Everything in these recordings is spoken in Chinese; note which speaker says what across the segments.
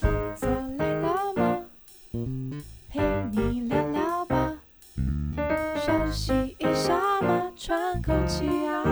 Speaker 1: 坐累了吗？陪你聊聊吧，休息一下嘛，喘口气啊。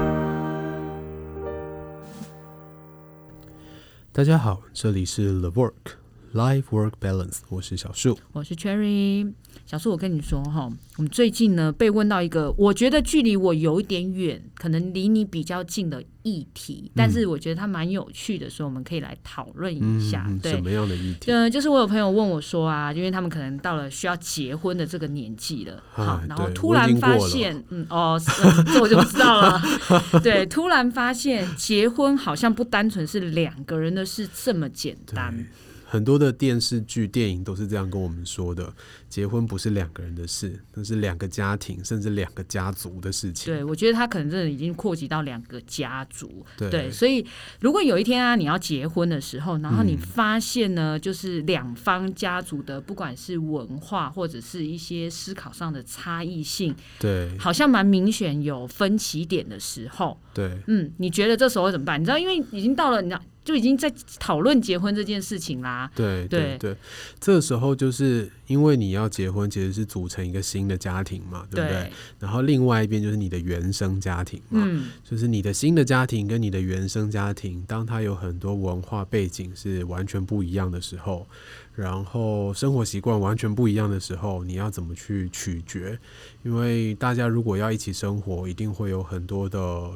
Speaker 2: 大家好，这里是 The Work Life Work Balance，我是小树。
Speaker 3: 我是 Cherry。小树，我跟你说哈，我们最近呢被问到一个，我觉得距离我有一点远，可能离你比较近的议
Speaker 2: 嗯
Speaker 3: 题，但是我觉得它蛮有趣的，所以我们可以来讨论一下。
Speaker 2: 嗯，什
Speaker 3: 对，
Speaker 2: 么样的议题？
Speaker 3: 嗯，就是我有朋友问我说啊，因为他们可能到了需要结婚的这个年纪了，
Speaker 2: 哎
Speaker 3: 好，然后
Speaker 2: 对
Speaker 3: 突
Speaker 2: 我已
Speaker 3: 然
Speaker 2: 经
Speaker 3: 发
Speaker 2: 过了
Speaker 3: 现，嗯，哦，是嗯 这我就不知道了。对，突然发现结婚好像不单纯是两个人的事这么简单。
Speaker 2: 很多的电视剧、电影都是这样跟我们说的：结婚不是两个人的事，那是两个家庭甚至两个家族的事情。
Speaker 3: 对，我觉得他可能真的已经扩及到两个家族。
Speaker 2: 对
Speaker 3: 所以如果有一天啊，你要结婚的时候，然后
Speaker 2: 嗯
Speaker 3: 你发现呢，就是两方家族的不管是文化或者是一些思考上的差异性，
Speaker 2: 对
Speaker 3: 好像蛮明显有分歧点的时候，
Speaker 2: 对
Speaker 3: 嗯，你觉得这时候怎么办？你知道，因为已经到了，你知道就已经在讨论结婚这件事情啦。
Speaker 2: 对对
Speaker 3: 对
Speaker 2: 对，这时候就是因为你要结婚，其实是组成一个新的家庭嘛，对不对？然后另外一边就是你的原生家庭嘛，
Speaker 3: 嗯，
Speaker 2: 就是你的新的家庭跟你的原生家庭，当它有很多文化背景是完全不一样的时候，然后生活习惯完全不一样的时候，你要怎么去取决？因为大家如果要一起生活，一定会有很多的。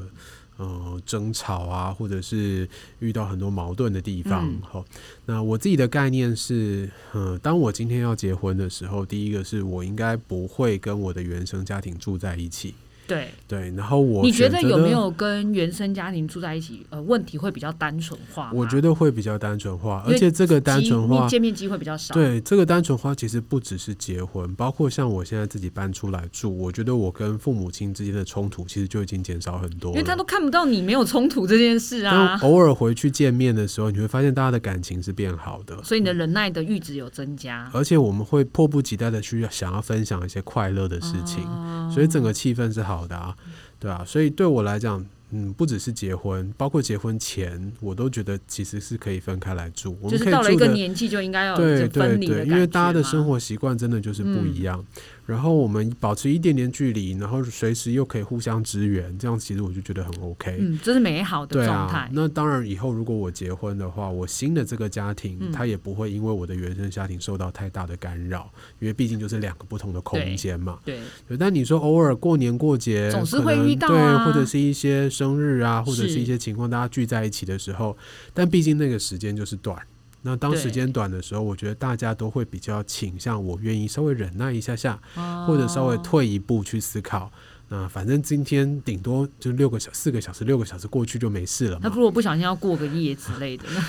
Speaker 2: 呃，争吵啊，或者是遇到很多矛盾的地方
Speaker 3: 嗯。
Speaker 2: 好、那我自己的概念是，呃，当我今天要结婚的时候，第一个是我应该不会跟我的原生家庭住在一起。
Speaker 3: 对。
Speaker 2: 对，然后我
Speaker 3: 你觉得
Speaker 2: 选择
Speaker 3: 有
Speaker 2: 的
Speaker 3: 没有跟原生家庭住在一起，呃，问题会比较单纯化吗？
Speaker 2: 我觉得会比较单纯化，
Speaker 3: 因
Speaker 2: 而
Speaker 3: 为
Speaker 2: 且这个单纯
Speaker 3: 机
Speaker 2: 化
Speaker 3: 面，见面机会比较少。
Speaker 2: 对这个单纯化其实不只是结婚，包括像我现在自己搬出来住，我觉得我跟父母亲之间的冲突其实就已经减少很多
Speaker 3: 因
Speaker 2: 了。
Speaker 3: 为他都看不到你没有冲突这件事
Speaker 2: 但
Speaker 3: 啊，
Speaker 2: 偶尔回去见面的时候，你会发现大家的感情是变好的，
Speaker 3: 所以你的忍耐的阈值有增加。
Speaker 2: 而且我们会迫不及待的去想要分享一些快乐的事情，
Speaker 3: 哦
Speaker 2: 所以整个气氛是好的啊，对啊，所以对我来讲。嗯，不只是结婚，包括结婚前，我都觉得其实是可以分开来住。我
Speaker 3: 就
Speaker 2: 们可
Speaker 3: 是
Speaker 2: 以
Speaker 3: 到了一
Speaker 2: 住
Speaker 3: 个
Speaker 2: 的
Speaker 3: 年纪就应该要有
Speaker 2: 对
Speaker 3: 这
Speaker 2: 对
Speaker 3: 分离的
Speaker 2: 对，
Speaker 3: 感
Speaker 2: 因为大家的
Speaker 3: 觉嘛嗯
Speaker 2: 生活习惯真的就是不一样。然后我们保持一点点距离，然后随时又可以互相支援，这样其实我就觉得很 OK。
Speaker 3: 嗯，这是美好的
Speaker 2: 对
Speaker 3: 状
Speaker 2: 啊
Speaker 3: 态，。
Speaker 2: 那当然，以后如果我结婚的话，我新的这个家庭，
Speaker 3: 嗯
Speaker 2: 它也不会因为我的原生家庭受到太大的干扰，因为毕竟就是两个不同的空
Speaker 3: 对
Speaker 2: 间嘛。
Speaker 3: 对，
Speaker 2: 对，但你说偶尔过年过节
Speaker 3: 总是
Speaker 2: 可
Speaker 3: 会
Speaker 2: 能
Speaker 3: 遇到
Speaker 2: 对，
Speaker 3: 啊
Speaker 2: 或者是一些生日啊，或者是
Speaker 3: 是
Speaker 2: 一些情况，大家聚在一起的时候，但毕竟那个时间就是短。那当时
Speaker 3: 对
Speaker 2: 间短的时候，我觉得大家都会比较倾向我愿意稍微忍耐一下下，
Speaker 3: 或
Speaker 2: 或者稍微
Speaker 3: 哦
Speaker 2: 退一步去思考。那反正今天顶多就六个小四个小时、六个小时过去就没事了
Speaker 3: 那
Speaker 2: 嘛。
Speaker 3: 如果不小心要过个夜之类的，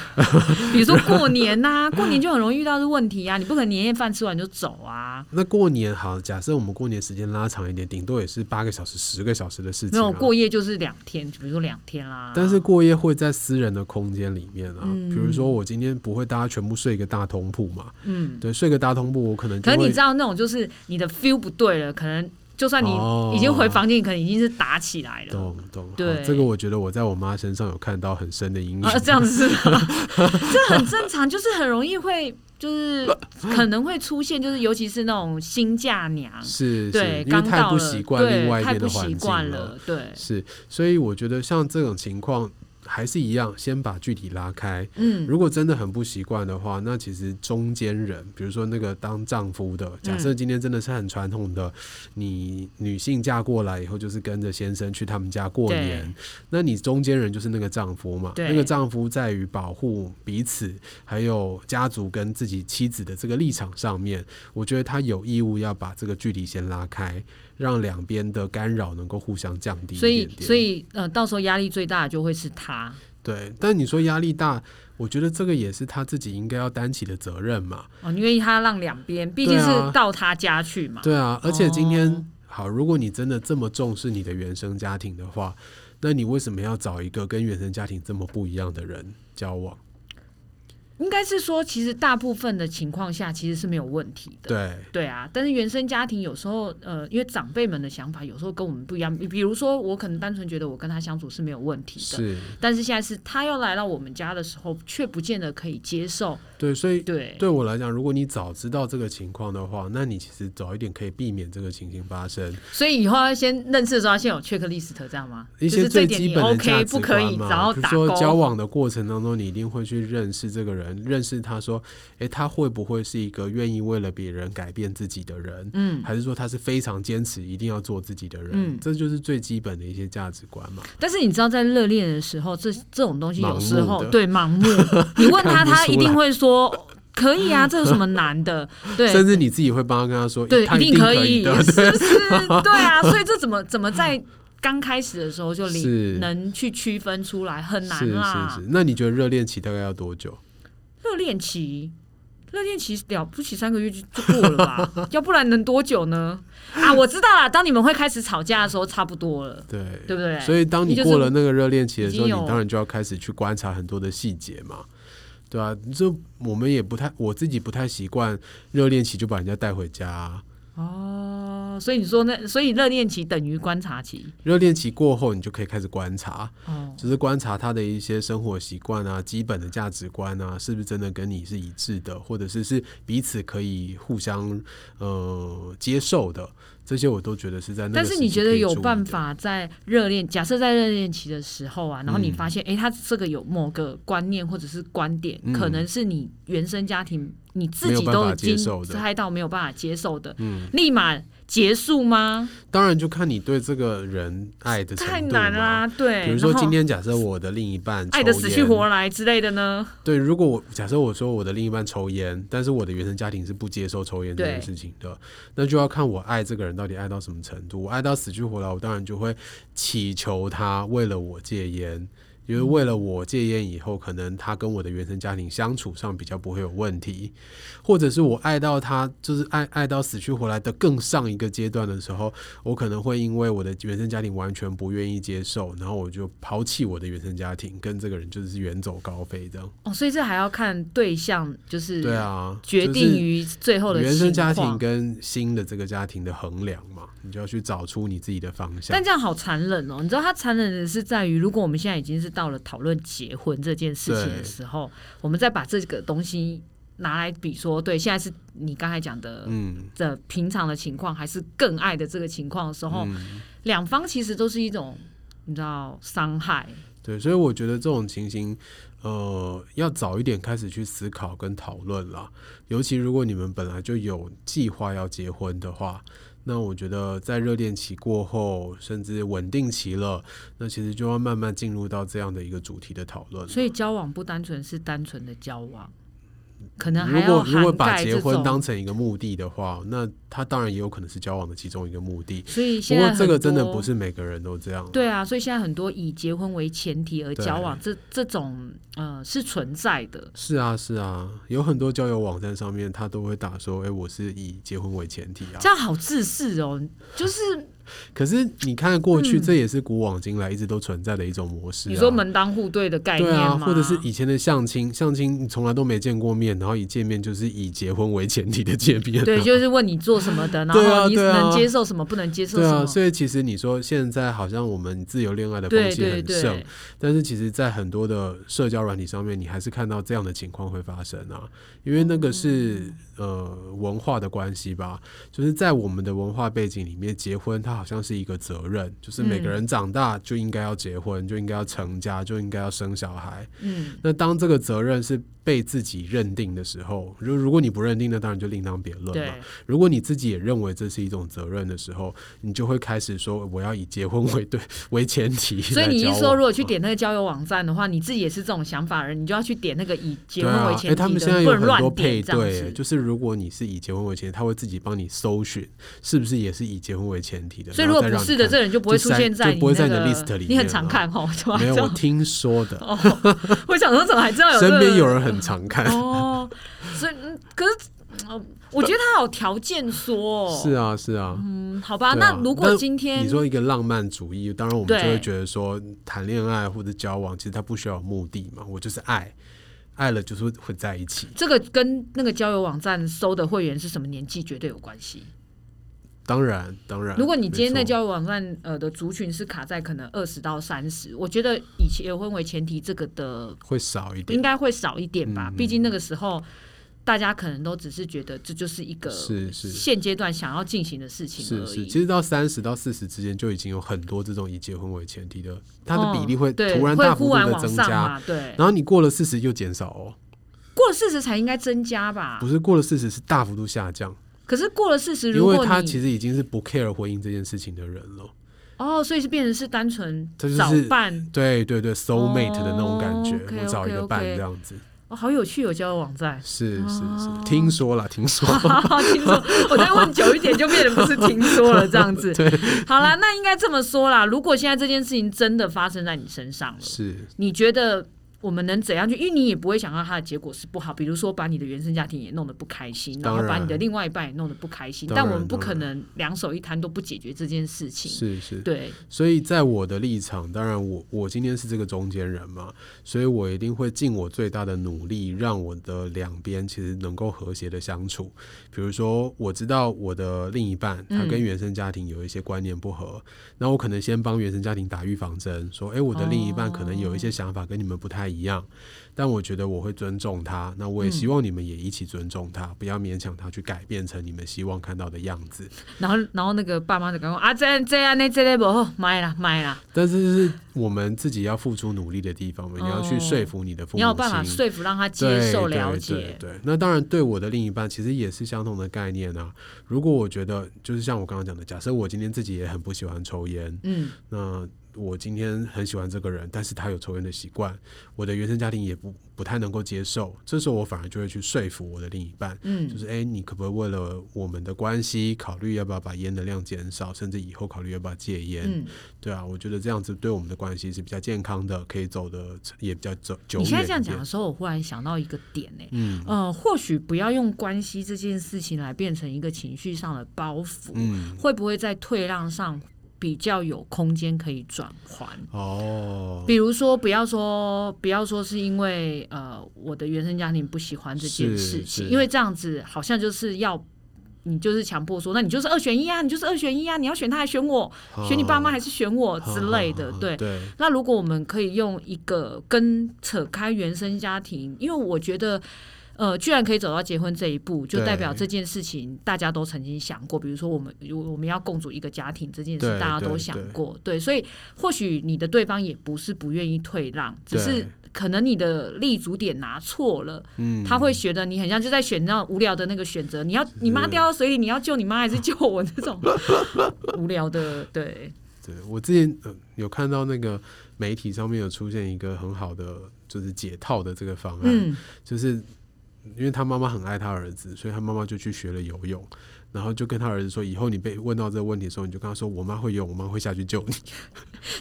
Speaker 3: 比如说过年呐、过年就很容易遇到这问题啊，你不可能年夜饭吃完就走啊。
Speaker 2: 那过年好，假设我们过年时间拉长一点，顶多也是八个小时、十个小时的事
Speaker 3: 没
Speaker 2: 情、啊。
Speaker 3: 有过夜就是两天，比如说两天啦。
Speaker 2: 但是过夜会在私人的空间里面啊，
Speaker 3: 嗯
Speaker 2: 比如说我今天不会大家全部睡一个大通铺嘛，
Speaker 3: 嗯，
Speaker 2: 对，睡个大通铺我可能就
Speaker 3: 可是你
Speaker 2: 会
Speaker 3: 知道那种就是你的 feel 不对了，可能就算你
Speaker 2: 哦
Speaker 3: 已经回房间，你可能已经是打起来了。
Speaker 2: 懂懂，
Speaker 3: 对
Speaker 2: 好这个我觉得我在我妈身上有看到很深的阴影，
Speaker 3: 啊，这样子是吗， 这很正常，就是很容易会，就是可能会出现，就是尤其是那种新嫁娘，
Speaker 2: 是是
Speaker 3: 对，
Speaker 2: 因为
Speaker 3: 刚
Speaker 2: 太
Speaker 3: 到
Speaker 2: 不
Speaker 3: 了，
Speaker 2: 习惯
Speaker 3: 对
Speaker 2: 另外一
Speaker 3: 太
Speaker 2: 边
Speaker 3: 不
Speaker 2: 的环
Speaker 3: 习
Speaker 2: 境
Speaker 3: 惯了，对，
Speaker 2: 是，所以我觉得像这种情况还是一样，先把距离拉开，
Speaker 3: 嗯，
Speaker 2: 如果真的很不习惯的话，那其实中间人，比如说那个当丈夫的，
Speaker 3: 嗯
Speaker 2: 假设今天真的是很传统的，你女性嫁过来以后就是跟着先生去他们家过
Speaker 3: 对
Speaker 2: 年，那你中间人就是那个丈夫嘛。
Speaker 3: 对
Speaker 2: 那个丈夫在于保护彼此，还有家族跟自己妻子的这个立场上面，我觉得他有义务要把这个距离先拉开，让两边的干扰能够互相降低一
Speaker 3: 所以
Speaker 2: 点点。
Speaker 3: 所以呃，到时候压力最大的就会是他，
Speaker 2: 对，但你说压力大，我觉得这个也是他自己应该要担起的责任嘛。
Speaker 3: 哦，因为他让两边，毕竟
Speaker 2: 对
Speaker 3: 是
Speaker 2: 啊
Speaker 3: 到他家去嘛，
Speaker 2: 对啊，而且今天、
Speaker 3: 哦
Speaker 2: 好，如果你真的这么重视你的原生家庭的话，那你为什么要找一个跟原生家庭这么不一样的人交往？
Speaker 3: 应该是说，其实大部分的情况下其实是没有问题的。
Speaker 2: 对，
Speaker 3: 对啊，但是原生家庭有时候，呃，因为长辈们的想法有时候跟我们不一样。比比如说，我可能单纯觉得我跟他相处是没有问题的，
Speaker 2: 是，
Speaker 3: 但是现在是他要来到我们家的时候，却不见得可以接受。
Speaker 2: 对，所以
Speaker 3: 对，
Speaker 2: 对我来讲，如果你早知道这个情况的话，那你其实早一点可以避免这个情形发生。
Speaker 3: 所以以后要先认识的时候，要先有 checklist，这样吗？
Speaker 2: 一
Speaker 3: 就
Speaker 2: 些
Speaker 3: 是这
Speaker 2: 最
Speaker 3: 一点
Speaker 2: 基
Speaker 3: 你
Speaker 2: 本的价
Speaker 3: OK
Speaker 2: 值
Speaker 3: 不可以
Speaker 2: 观，嘛，
Speaker 3: 然后
Speaker 2: 就
Speaker 3: 打
Speaker 2: 是说
Speaker 3: 勾。
Speaker 2: 交往的过程当中，你一定会去认识这个人，认识他说，诶，他会不会是一个愿意为了别人改变自己的人，
Speaker 3: 嗯，
Speaker 2: 还是说他是非常坚持一定要做自己的人？
Speaker 3: 嗯
Speaker 2: 这就是最基本的一些价值观嘛。
Speaker 3: 但是你知道，在热恋的时候，这这种东西有时
Speaker 2: 盲目
Speaker 3: 候
Speaker 2: 的
Speaker 3: 对盲目，你问他，
Speaker 2: 看不出来
Speaker 3: 他一定会说可以啊，这有什么难的？对，
Speaker 2: 甚至你自己会帮他跟他说，
Speaker 3: 对，
Speaker 2: 他
Speaker 3: 一定
Speaker 2: 可
Speaker 3: 可以，
Speaker 2: 的，
Speaker 3: 是不是？对啊，所以这怎么怎么在刚开始的时候就理
Speaker 2: 是
Speaker 3: 能去区分出来，很
Speaker 2: 是
Speaker 3: 难啊啦。
Speaker 2: 是是。那你觉得热恋期大概要多久？
Speaker 3: 热恋期，热恋期了不起三个月就就过了吧？ 要不然能多久呢？啊，我知道啦，当你们会开始吵架的时候，差不多了，
Speaker 2: 对。
Speaker 3: 对不对？
Speaker 2: 所以，当你
Speaker 3: 你就是
Speaker 2: 过了那个热恋期的时候，
Speaker 3: 已
Speaker 2: 你
Speaker 3: 经有
Speaker 2: 当然就要开始去观察很多的细节嘛，对啊，这我们也不太，我自己不太习惯热恋期就把人家带回家啊、
Speaker 3: 哦，所以你说那，所以热恋期等于观察期
Speaker 2: 热恋期过后，你就可以开始观察，
Speaker 3: 哦。
Speaker 2: 只是观察他的一些生活习惯啊、基本的价值观啊，是不是真的跟你是一致的，或者是是彼此可以互相呃接受的，这些我都觉得是在那个
Speaker 3: 但
Speaker 2: 时期可以
Speaker 3: 是
Speaker 2: 注意
Speaker 3: 你觉
Speaker 2: 的。
Speaker 3: 得有办法在热恋，假设在热恋期的时候啊，然后你
Speaker 2: 嗯
Speaker 3: 发现，哎、他这个有某个观念或者是观点，
Speaker 2: 嗯
Speaker 3: 可能是你原生家庭你自
Speaker 2: 没有
Speaker 3: 己
Speaker 2: 办法
Speaker 3: 都已经
Speaker 2: 接受的嗯
Speaker 3: 猜到没有办法接受的，立马结束吗？
Speaker 2: 当然就看你对这个人爱的程度
Speaker 3: 太难
Speaker 2: 嘛
Speaker 3: 啦，对。
Speaker 2: 比如说
Speaker 3: 然后
Speaker 2: 今天假设我的另一半
Speaker 3: 爱的
Speaker 2: 抽
Speaker 3: 死
Speaker 2: 烟
Speaker 3: 去活来之类的呢，
Speaker 2: 对，如果我假设我说我的另一半抽烟，但是我的原生家庭是不接受抽烟这件
Speaker 3: 对
Speaker 2: 事情的，那就要看我爱这个人到底爱到什么程度。我爱到死去活来，我当然就会祈求他为了我戒烟，因为为了我戒烟以后，可能他跟我的原生家庭相处上比较不会有问题，或者是我爱到他就是爱爱到死去活来的更上一个阶段的时候，我可能会因为我的原生家庭完全不愿意接受，然后我就抛弃我的原生家庭，跟这个人就是远走高飞这样。
Speaker 3: 哦，所以这还要看对象，就是
Speaker 2: 对啊，
Speaker 3: 决
Speaker 2: 就是
Speaker 3: 定于最后的
Speaker 2: 原生家
Speaker 3: 情
Speaker 2: 庭
Speaker 3: 况
Speaker 2: 跟新的这个家庭的衡量嘛，你就要去找出你自己的方向
Speaker 3: 但。这样好残忍哦！你知道，它残忍的是在于，如果我们现在已经是到了讨论结婚这件事情
Speaker 2: 对
Speaker 3: 的时候，我们再把这个东西拿来比说，对，现在是你刚才讲的。
Speaker 2: 嗯，
Speaker 3: 的平常的情况，还是更爱的这个情况的时候，
Speaker 2: 嗯
Speaker 3: 两、方其实都是一种你知道伤害，
Speaker 2: 对，所以我觉得这种情形，呃，要早一点开始去思考跟讨论啦。尤其如果你们本来就有计划要结婚的话，那我觉得在热恋期过后，甚至稳定期了，那其实就要慢慢进入到这样的一个主题的讨论了。
Speaker 3: 所以交往不单纯是单纯的交往，可能还
Speaker 2: 如
Speaker 3: 要
Speaker 2: 果如果
Speaker 3: 涵
Speaker 2: 把
Speaker 3: 盖
Speaker 2: 结
Speaker 3: 这
Speaker 2: 婚当
Speaker 3: 种。
Speaker 2: 成一个目的的话，那它当然也有可能是交往的其中一个目的。
Speaker 3: 所以
Speaker 2: 不
Speaker 3: 现
Speaker 2: 过
Speaker 3: 在
Speaker 2: 这个
Speaker 3: 很
Speaker 2: 真的
Speaker 3: 多
Speaker 2: 不是每个人都这样啊。
Speaker 3: 对啊，所以现在很多以结婚为前提而
Speaker 2: 对
Speaker 3: 交往，这这种呃是存在的。
Speaker 2: 是啊，是啊，有很多交友网站上面，他都会打说：“哎、我是以结婚为前提啊
Speaker 3: 这。样好自私哦，就是”
Speaker 2: 可是啊你看过去，
Speaker 3: 嗯
Speaker 2: 这也是古往今来一直都存在的一种模式、啊。
Speaker 3: 你说门当户对的概念
Speaker 2: 对啊，
Speaker 3: 吗
Speaker 2: 或者是以前的相亲，相亲你从来都没见过面，然后一见面就是以结婚为前提的见面啊、
Speaker 3: 对，就是问你做什么的，然
Speaker 2: 对啊
Speaker 3: 后你
Speaker 2: 对啊
Speaker 3: 能接受什么，不能接受
Speaker 2: 对
Speaker 3: 什么
Speaker 2: 啊，。所以其实你说现在好像我们自由恋爱的风
Speaker 3: 对
Speaker 2: 气
Speaker 3: 对
Speaker 2: 很盛，
Speaker 3: 对，
Speaker 2: 但是其实，在很多的社交软体上面，你还是看到这样的情况会发生啊，因为那个是、
Speaker 3: 嗯
Speaker 2: 呃文化的关系吧，就是在我们的文化背景里面，结婚它好像是一个责任，就是每个
Speaker 3: 嗯
Speaker 2: 人长大就应该要结婚，就应该要成家，就应该要生小孩。
Speaker 3: 嗯，
Speaker 2: 那当这个责任是被自己认定的时候，如如果你不认定，那当然就另当别论嘛
Speaker 3: 对。，
Speaker 2: 如果你自己也认为这是一种责任的时候，你就会开始说我要以结婚为对为前提。
Speaker 3: 所以你
Speaker 2: 一
Speaker 3: 一说，如果去点那个交友网站的话，你自己也是这种想法的人，你就要去点那个以结婚为
Speaker 2: 对啊诶
Speaker 3: 前
Speaker 2: 他
Speaker 3: 提
Speaker 2: 们现在
Speaker 3: 的，
Speaker 2: 有
Speaker 3: 不能
Speaker 2: 很多
Speaker 3: 乱
Speaker 2: 配
Speaker 3: 点这
Speaker 2: 对，诶
Speaker 3: 样子。
Speaker 2: 就是如果你是以结婚为前提，他会自己帮你搜寻是不是也是以结婚为前提的。
Speaker 3: 所以
Speaker 2: 然
Speaker 3: 如
Speaker 2: 后再
Speaker 3: 果不
Speaker 2: 让你
Speaker 3: 是的，
Speaker 2: 看
Speaker 3: 这个人就不会
Speaker 2: 就
Speaker 3: 出
Speaker 2: 塞
Speaker 3: 现
Speaker 2: 就
Speaker 3: 你
Speaker 2: 不会在
Speaker 3: 那
Speaker 2: 你的
Speaker 3: 个
Speaker 2: list 里
Speaker 3: 你很
Speaker 2: 面
Speaker 3: 常
Speaker 2: 啊
Speaker 3: 看哦，是吧？
Speaker 2: 没有，
Speaker 3: 这
Speaker 2: 我
Speaker 3: 样
Speaker 2: 听说 的，
Speaker 3: 哦，我想说怎么还知道有这
Speaker 2: 身
Speaker 3: 个
Speaker 2: 边有人很常看。
Speaker 3: 哦，所以嗯可是。嗯我觉得他好条件说、哦，
Speaker 2: 是啊，是啊。
Speaker 3: 嗯，好吧，
Speaker 2: 对啊
Speaker 3: 那如果
Speaker 2: 但
Speaker 3: 今天
Speaker 2: 你说一个浪漫主义，当然我们就
Speaker 3: 对
Speaker 2: 会觉得说谈恋爱或者交往，其实它不需要有目的嘛，我就是爱，爱了就是会在一起。
Speaker 3: 这个跟那个交友网站收的会员是什么年纪绝对有关系。
Speaker 2: 当然，当然。
Speaker 3: 如果你今天
Speaker 2: 啊没
Speaker 3: 在
Speaker 2: 错
Speaker 3: 交友网站呃的族群是卡在可能二十到三十，我觉得以结婚为前提，这个的
Speaker 2: 会少一点
Speaker 3: 应，该会少一点吧。
Speaker 2: 嗯嗯
Speaker 3: 毕竟那个时候大家可能都只是觉得这就是一个
Speaker 2: 是是
Speaker 3: 现阶段想要进行的事情而
Speaker 2: 是
Speaker 3: 已。
Speaker 2: 是。其实到三十到四十之间就已经有很多这种以结婚为前提的，它的比例会
Speaker 3: 嗯对
Speaker 2: 突然
Speaker 3: 会
Speaker 2: 大幅
Speaker 3: 忽
Speaker 2: 度
Speaker 3: 然
Speaker 2: 的
Speaker 3: 往
Speaker 2: 增
Speaker 3: 上
Speaker 2: 加，
Speaker 3: 嘛，对。
Speaker 2: 然后你过了四十又减少哦，
Speaker 3: 过了四十才应该增加吧
Speaker 2: 不？是过了四十是大幅度下降，
Speaker 3: 可是过了四十，
Speaker 2: 因
Speaker 3: 如
Speaker 2: 为
Speaker 3: 果
Speaker 2: 他
Speaker 3: 你
Speaker 2: 其实已经是不 care 婚姻这件事情的人了。
Speaker 3: 哦，所以是变成是单纯
Speaker 2: 这就是
Speaker 3: 早办
Speaker 2: 对对对，soul mate 的那种感觉，
Speaker 3: 哦 OK，
Speaker 2: 我找一个
Speaker 3: OK，
Speaker 2: 伴
Speaker 3: OK
Speaker 2: 这样子，。
Speaker 3: 哦，好有趣，有交友网站
Speaker 2: 是是
Speaker 3: 哦
Speaker 2: 是，听说啦，听说，
Speaker 3: 听说，我再问久一点就变成不是听说了这样子。
Speaker 2: 对，
Speaker 3: 好啦，那应该这么说啦。如果现在这件事情真的发生在你身上了，
Speaker 2: 是
Speaker 3: 你觉得我们能怎样去？因为你也不会想要它的结果是不好，比如说把你的原生家庭也弄得不开心，然
Speaker 2: 当
Speaker 3: 后
Speaker 2: 然
Speaker 3: 把你的另外一半也弄得不开心。
Speaker 2: 当
Speaker 3: 但
Speaker 2: 然
Speaker 3: 我们不可
Speaker 2: 当然
Speaker 3: 能两手一摊都不解决这件事情。
Speaker 2: 是是，
Speaker 3: 对，
Speaker 2: 所以在我的立场，当然我我今天是这个中间人嘛，所以我一定会尽我最大的努力，让我的两边其实能够和谐的相处。比如说，我知道我的另一半他跟原生家庭有一些观念不合，那、我可能先帮原生家庭打预防针，说，诶，我的另一半可能有一些想法跟你们不太一样，但我觉得我会尊重他，那我也希望你们也一起尊重他，不要勉强他去改变成你们希望看到的样子。
Speaker 3: 然后然后那个爸妈就讲啊，这样这样那这类不好，买啦买啦，
Speaker 2: 但是是我们自己要付出努力的地方嘛，你要去说服你的父母亲，
Speaker 3: 哦你要有办法说服让他接
Speaker 2: 对
Speaker 3: 受
Speaker 2: 对
Speaker 3: 了
Speaker 2: 对
Speaker 3: 解。
Speaker 2: 对那当然对我的另一半其实也是相同的概念啊。如果我觉得就是像我刚刚讲的，假设我今天自己也很不喜欢抽烟，
Speaker 3: 嗯，
Speaker 2: 那我今天很喜欢这个人，但是他有抽烟的习惯，我的原生家庭也不不太能够接受，这时候我反而就会去说服我的另一半，
Speaker 3: 嗯
Speaker 2: 就是哎、诶你可不可以为了我们的关系，考虑要不要把烟的量减少，甚至以后考虑要不要戒烟？
Speaker 3: 嗯，
Speaker 2: 对啊，我觉得这样子对我们的关系是比较健康的，可以走的也比较走久
Speaker 3: 你
Speaker 2: 远一
Speaker 3: 现
Speaker 2: 点。
Speaker 3: 在这样讲的啊时候，我忽然想到一个点呢、
Speaker 2: 嗯
Speaker 3: 呃，或许不要用关系这件事情来变成一个情绪上的包袱，
Speaker 2: 嗯，
Speaker 3: 会不会在退让上比较有空间可以转换？
Speaker 2: 哦，
Speaker 3: 比如说，不要说不要说是因为呃我的原生家庭不喜欢这件事
Speaker 2: 是
Speaker 3: 情，
Speaker 2: 是
Speaker 3: 因为这样子好像就是要你就是强迫说，那你就是二选一啊，你就是二选一啊，你要选他还选我，选你爸妈还是选我
Speaker 2: 哦好
Speaker 3: 之类的
Speaker 2: 好，好
Speaker 3: 对。
Speaker 2: 对，
Speaker 3: 那如果我们可以用一个跟扯开原生家庭，因为我觉得。呃，居然可以走到结婚这一步，就
Speaker 2: 对
Speaker 3: 代表这件事情大家都曾经想过。比如说，我们我们要共组一个家庭这件事
Speaker 2: 对，
Speaker 3: 大家都
Speaker 2: 对
Speaker 3: 想
Speaker 2: 对
Speaker 3: 过，对，所以或许你的对方也不是不愿意退让，只
Speaker 2: 对
Speaker 3: 是可能你的立足点拿错了，
Speaker 2: 嗯，
Speaker 3: 他会觉得你很像就在选那种无聊的那个选择，你要你妈掉到水里，你要救你妈还是救我那种 无聊的，对，
Speaker 2: 对我之前、呃、有看到那个媒体上面有出现一个很好的就是解套的这个方案，
Speaker 3: 嗯，
Speaker 2: 就是因为他妈妈很爱他儿子，所以他妈妈就去学了游泳，然后就跟他儿子说，以后你被问到这个问题的时候，你就跟他说，我妈会游泳，我妈会下去救你。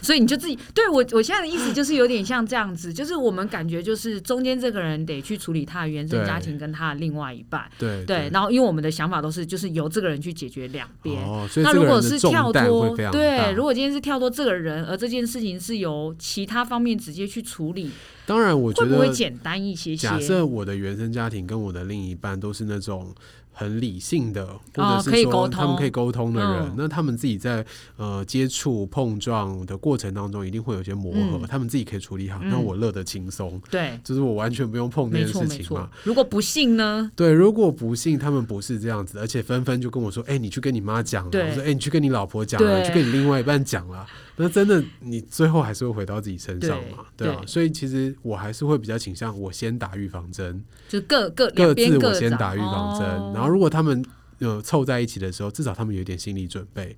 Speaker 3: 所以你就自己对我，我现在的意思就是有点像这样子，就是我们感觉就是中间这个人得去处理他的原生家庭跟他的另外一半，
Speaker 2: 对
Speaker 3: 对，然后因为我们的想法都是就是由这个人去解决两边。
Speaker 2: 哦，所以
Speaker 3: 那
Speaker 2: 这
Speaker 3: 如
Speaker 2: 个
Speaker 3: 果
Speaker 2: 人的
Speaker 3: 是
Speaker 2: 重
Speaker 3: 跳
Speaker 2: 担
Speaker 3: 脱
Speaker 2: 会非，常大
Speaker 3: 对，如果今天是跳脱这个人，而这件事情是由其他方面直接去处理，
Speaker 2: 当然我觉
Speaker 3: 会
Speaker 2: 得
Speaker 3: 不会简单一些些？
Speaker 2: 假设我的原生家庭跟我的另一半都是那种很理性的，或者
Speaker 3: 哦可以
Speaker 2: 是
Speaker 3: 沟
Speaker 2: 说他们可以
Speaker 3: 通
Speaker 2: 沟通的人，
Speaker 3: 嗯
Speaker 2: 那他们自己在呃接触碰撞的过程当中，一定会有一些磨合，
Speaker 3: 嗯
Speaker 2: 他们自己可以处理好，
Speaker 3: 嗯
Speaker 2: 那我乐得轻松，
Speaker 3: 对，
Speaker 2: 就是我完全不用碰这
Speaker 3: 没
Speaker 2: 件
Speaker 3: 错
Speaker 2: 事
Speaker 3: 没
Speaker 2: 情
Speaker 3: 错
Speaker 2: 嘛。。
Speaker 3: 如果不信呢？
Speaker 2: 对，如果不幸他们不是这样子，而且纷纷就跟我说：“哎、你去跟你妈讲了。”
Speaker 3: 对
Speaker 2: 我说：“哎、你去跟你老婆讲了，
Speaker 3: 对
Speaker 2: 你去跟你另外一半讲了。”那真的，你最后还是会回到自己身上嘛，
Speaker 3: 对
Speaker 2: 对啊
Speaker 3: 对。
Speaker 2: 所以其实我还是会比较倾向我先打预防针，
Speaker 3: 就各各
Speaker 2: 各
Speaker 3: 两边
Speaker 2: 自
Speaker 3: 各
Speaker 2: 我先
Speaker 3: 长
Speaker 2: 打预防针，
Speaker 3: 哦
Speaker 2: 然后如果他们呃凑在一起的时候，至少他们有一点心理准备。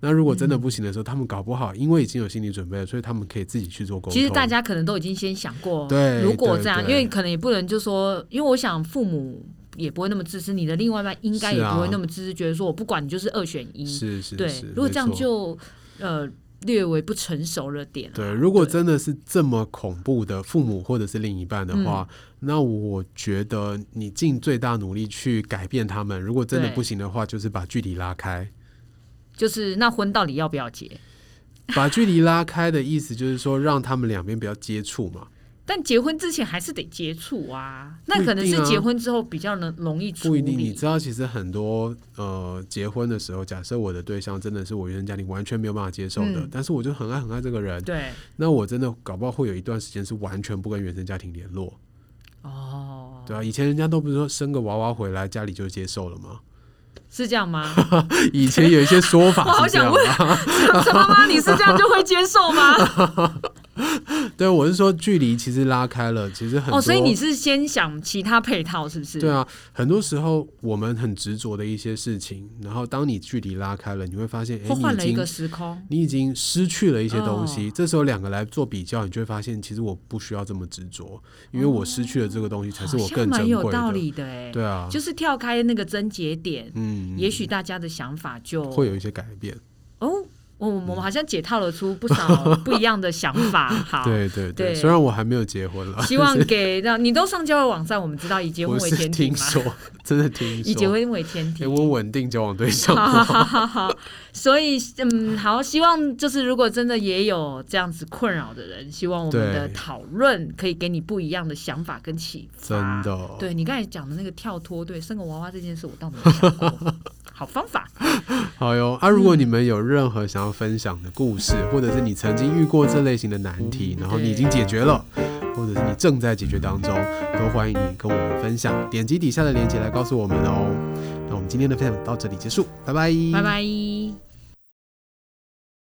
Speaker 2: 那如果真
Speaker 3: 嗯
Speaker 2: 的不行的时候，他们搞不好因为已经有心理准备了，所以他们可以自己去做沟通。
Speaker 3: 其实大家可能都已经先想过，
Speaker 2: 对
Speaker 3: 如果
Speaker 2: 对
Speaker 3: 这样，因
Speaker 2: 对
Speaker 3: 为可能也不能就说，因为我想父母也不会那么自私，你的另外一半应该也
Speaker 2: 是啊
Speaker 3: 不会那么自私，觉得说我不管你就是二选一，
Speaker 2: 是是
Speaker 3: 对
Speaker 2: 是，。
Speaker 3: 如果这样
Speaker 2: 没错
Speaker 3: 就呃略微不成熟了点啊，
Speaker 2: 对，如果
Speaker 3: 对
Speaker 2: 真的是这么恐怖的父母或者是另一半的话，
Speaker 3: 嗯
Speaker 2: 那我觉得你尽最大努力去改变他们。如果真的
Speaker 3: 对
Speaker 2: 不行的话，就是把距离拉开。
Speaker 3: 就是那婚到底要不要结？
Speaker 2: 把距离拉开的意思就是说，让他们两边不要接触嘛。
Speaker 3: 但结婚之前还是得接触啊，那
Speaker 2: 不一
Speaker 3: 可能
Speaker 2: 定
Speaker 3: 是
Speaker 2: 啊
Speaker 3: 结婚之后比较能容易处
Speaker 2: 不
Speaker 3: 理。
Speaker 2: 一定，你知道，其实很多呃，结婚的时候，假设我的对象真的是我原生家庭完全没有办法接受的，
Speaker 3: 嗯
Speaker 2: 但是我就很爱很爱这个人，
Speaker 3: 对
Speaker 2: 那我真的搞不好会有一段时间是完全不跟原生家庭联络，
Speaker 3: 哦，
Speaker 2: 对啊，以前人家都不是说生个娃娃回来家里就接受了吗？
Speaker 3: 是这样吗？
Speaker 2: 以前有一些说
Speaker 3: 我哦好
Speaker 2: 法是这
Speaker 3: 想
Speaker 2: 样
Speaker 3: 问
Speaker 2: 啊，
Speaker 3: 陈妈妈，你是这样就会接受吗？
Speaker 2: 对，我是说距离其实拉开了，其实很多
Speaker 3: 哦，所以你是先想其他配套是不是？
Speaker 2: 对啊，很多时候我们很执着的一些事情，然后当你距离拉开了，你会发现，哎、
Speaker 3: 或换
Speaker 2: 你
Speaker 3: 了
Speaker 2: 已
Speaker 3: 一
Speaker 2: 经
Speaker 3: 个时空。
Speaker 2: 你已经失去了一些东
Speaker 3: 嗯
Speaker 2: 西。这时候两个来做比较，你就会发现，其实我不需要这么执着，因为我失去了这个东西才是我
Speaker 3: 好像
Speaker 2: 更
Speaker 3: 哦蛮
Speaker 2: 珍
Speaker 3: 有
Speaker 2: 贵
Speaker 3: 道
Speaker 2: 的。
Speaker 3: 理的哎，
Speaker 2: 对啊，
Speaker 3: 就是跳开那个症结点，
Speaker 2: 嗯，
Speaker 3: 也许大家的想法就
Speaker 2: 会嗯有一些改变。
Speaker 3: 哦，我我们好像解套了出不少 不一样的想 法。好，
Speaker 2: 对对
Speaker 3: 对
Speaker 2: 虽然我还没有结婚了，
Speaker 3: 希 望给让你都上交友网站，我们知道以结婚
Speaker 2: 我
Speaker 3: 为
Speaker 2: 是
Speaker 3: 前提
Speaker 2: 听
Speaker 3: 嘛，
Speaker 2: 说，真的听
Speaker 3: 以结
Speaker 2: 说。
Speaker 3: 婚为前提
Speaker 2: 哎，。我稳定交往对象
Speaker 3: 好
Speaker 2: 吗，
Speaker 3: 好好好好，所以嗯，好，希望就是如果真的也有这样子困扰的人，希望我们的
Speaker 2: 对
Speaker 3: 讨论可以给你不一样的想法跟启
Speaker 2: 真
Speaker 3: 发。
Speaker 2: 的。哦
Speaker 3: 对你刚才讲的那个跳脱，对生个娃娃这件事，我倒没有想过。好方法，
Speaker 2: 好哟啊！如果你们有任何想要分享的故事，或者是你曾经遇过这类型的难题，然后你已经解决了，或者是你正在解决当中，都欢迎你跟我们分享，点击底下的链接来告诉我们哦。那我们今天的分享到这里结束，拜拜，
Speaker 3: 拜拜。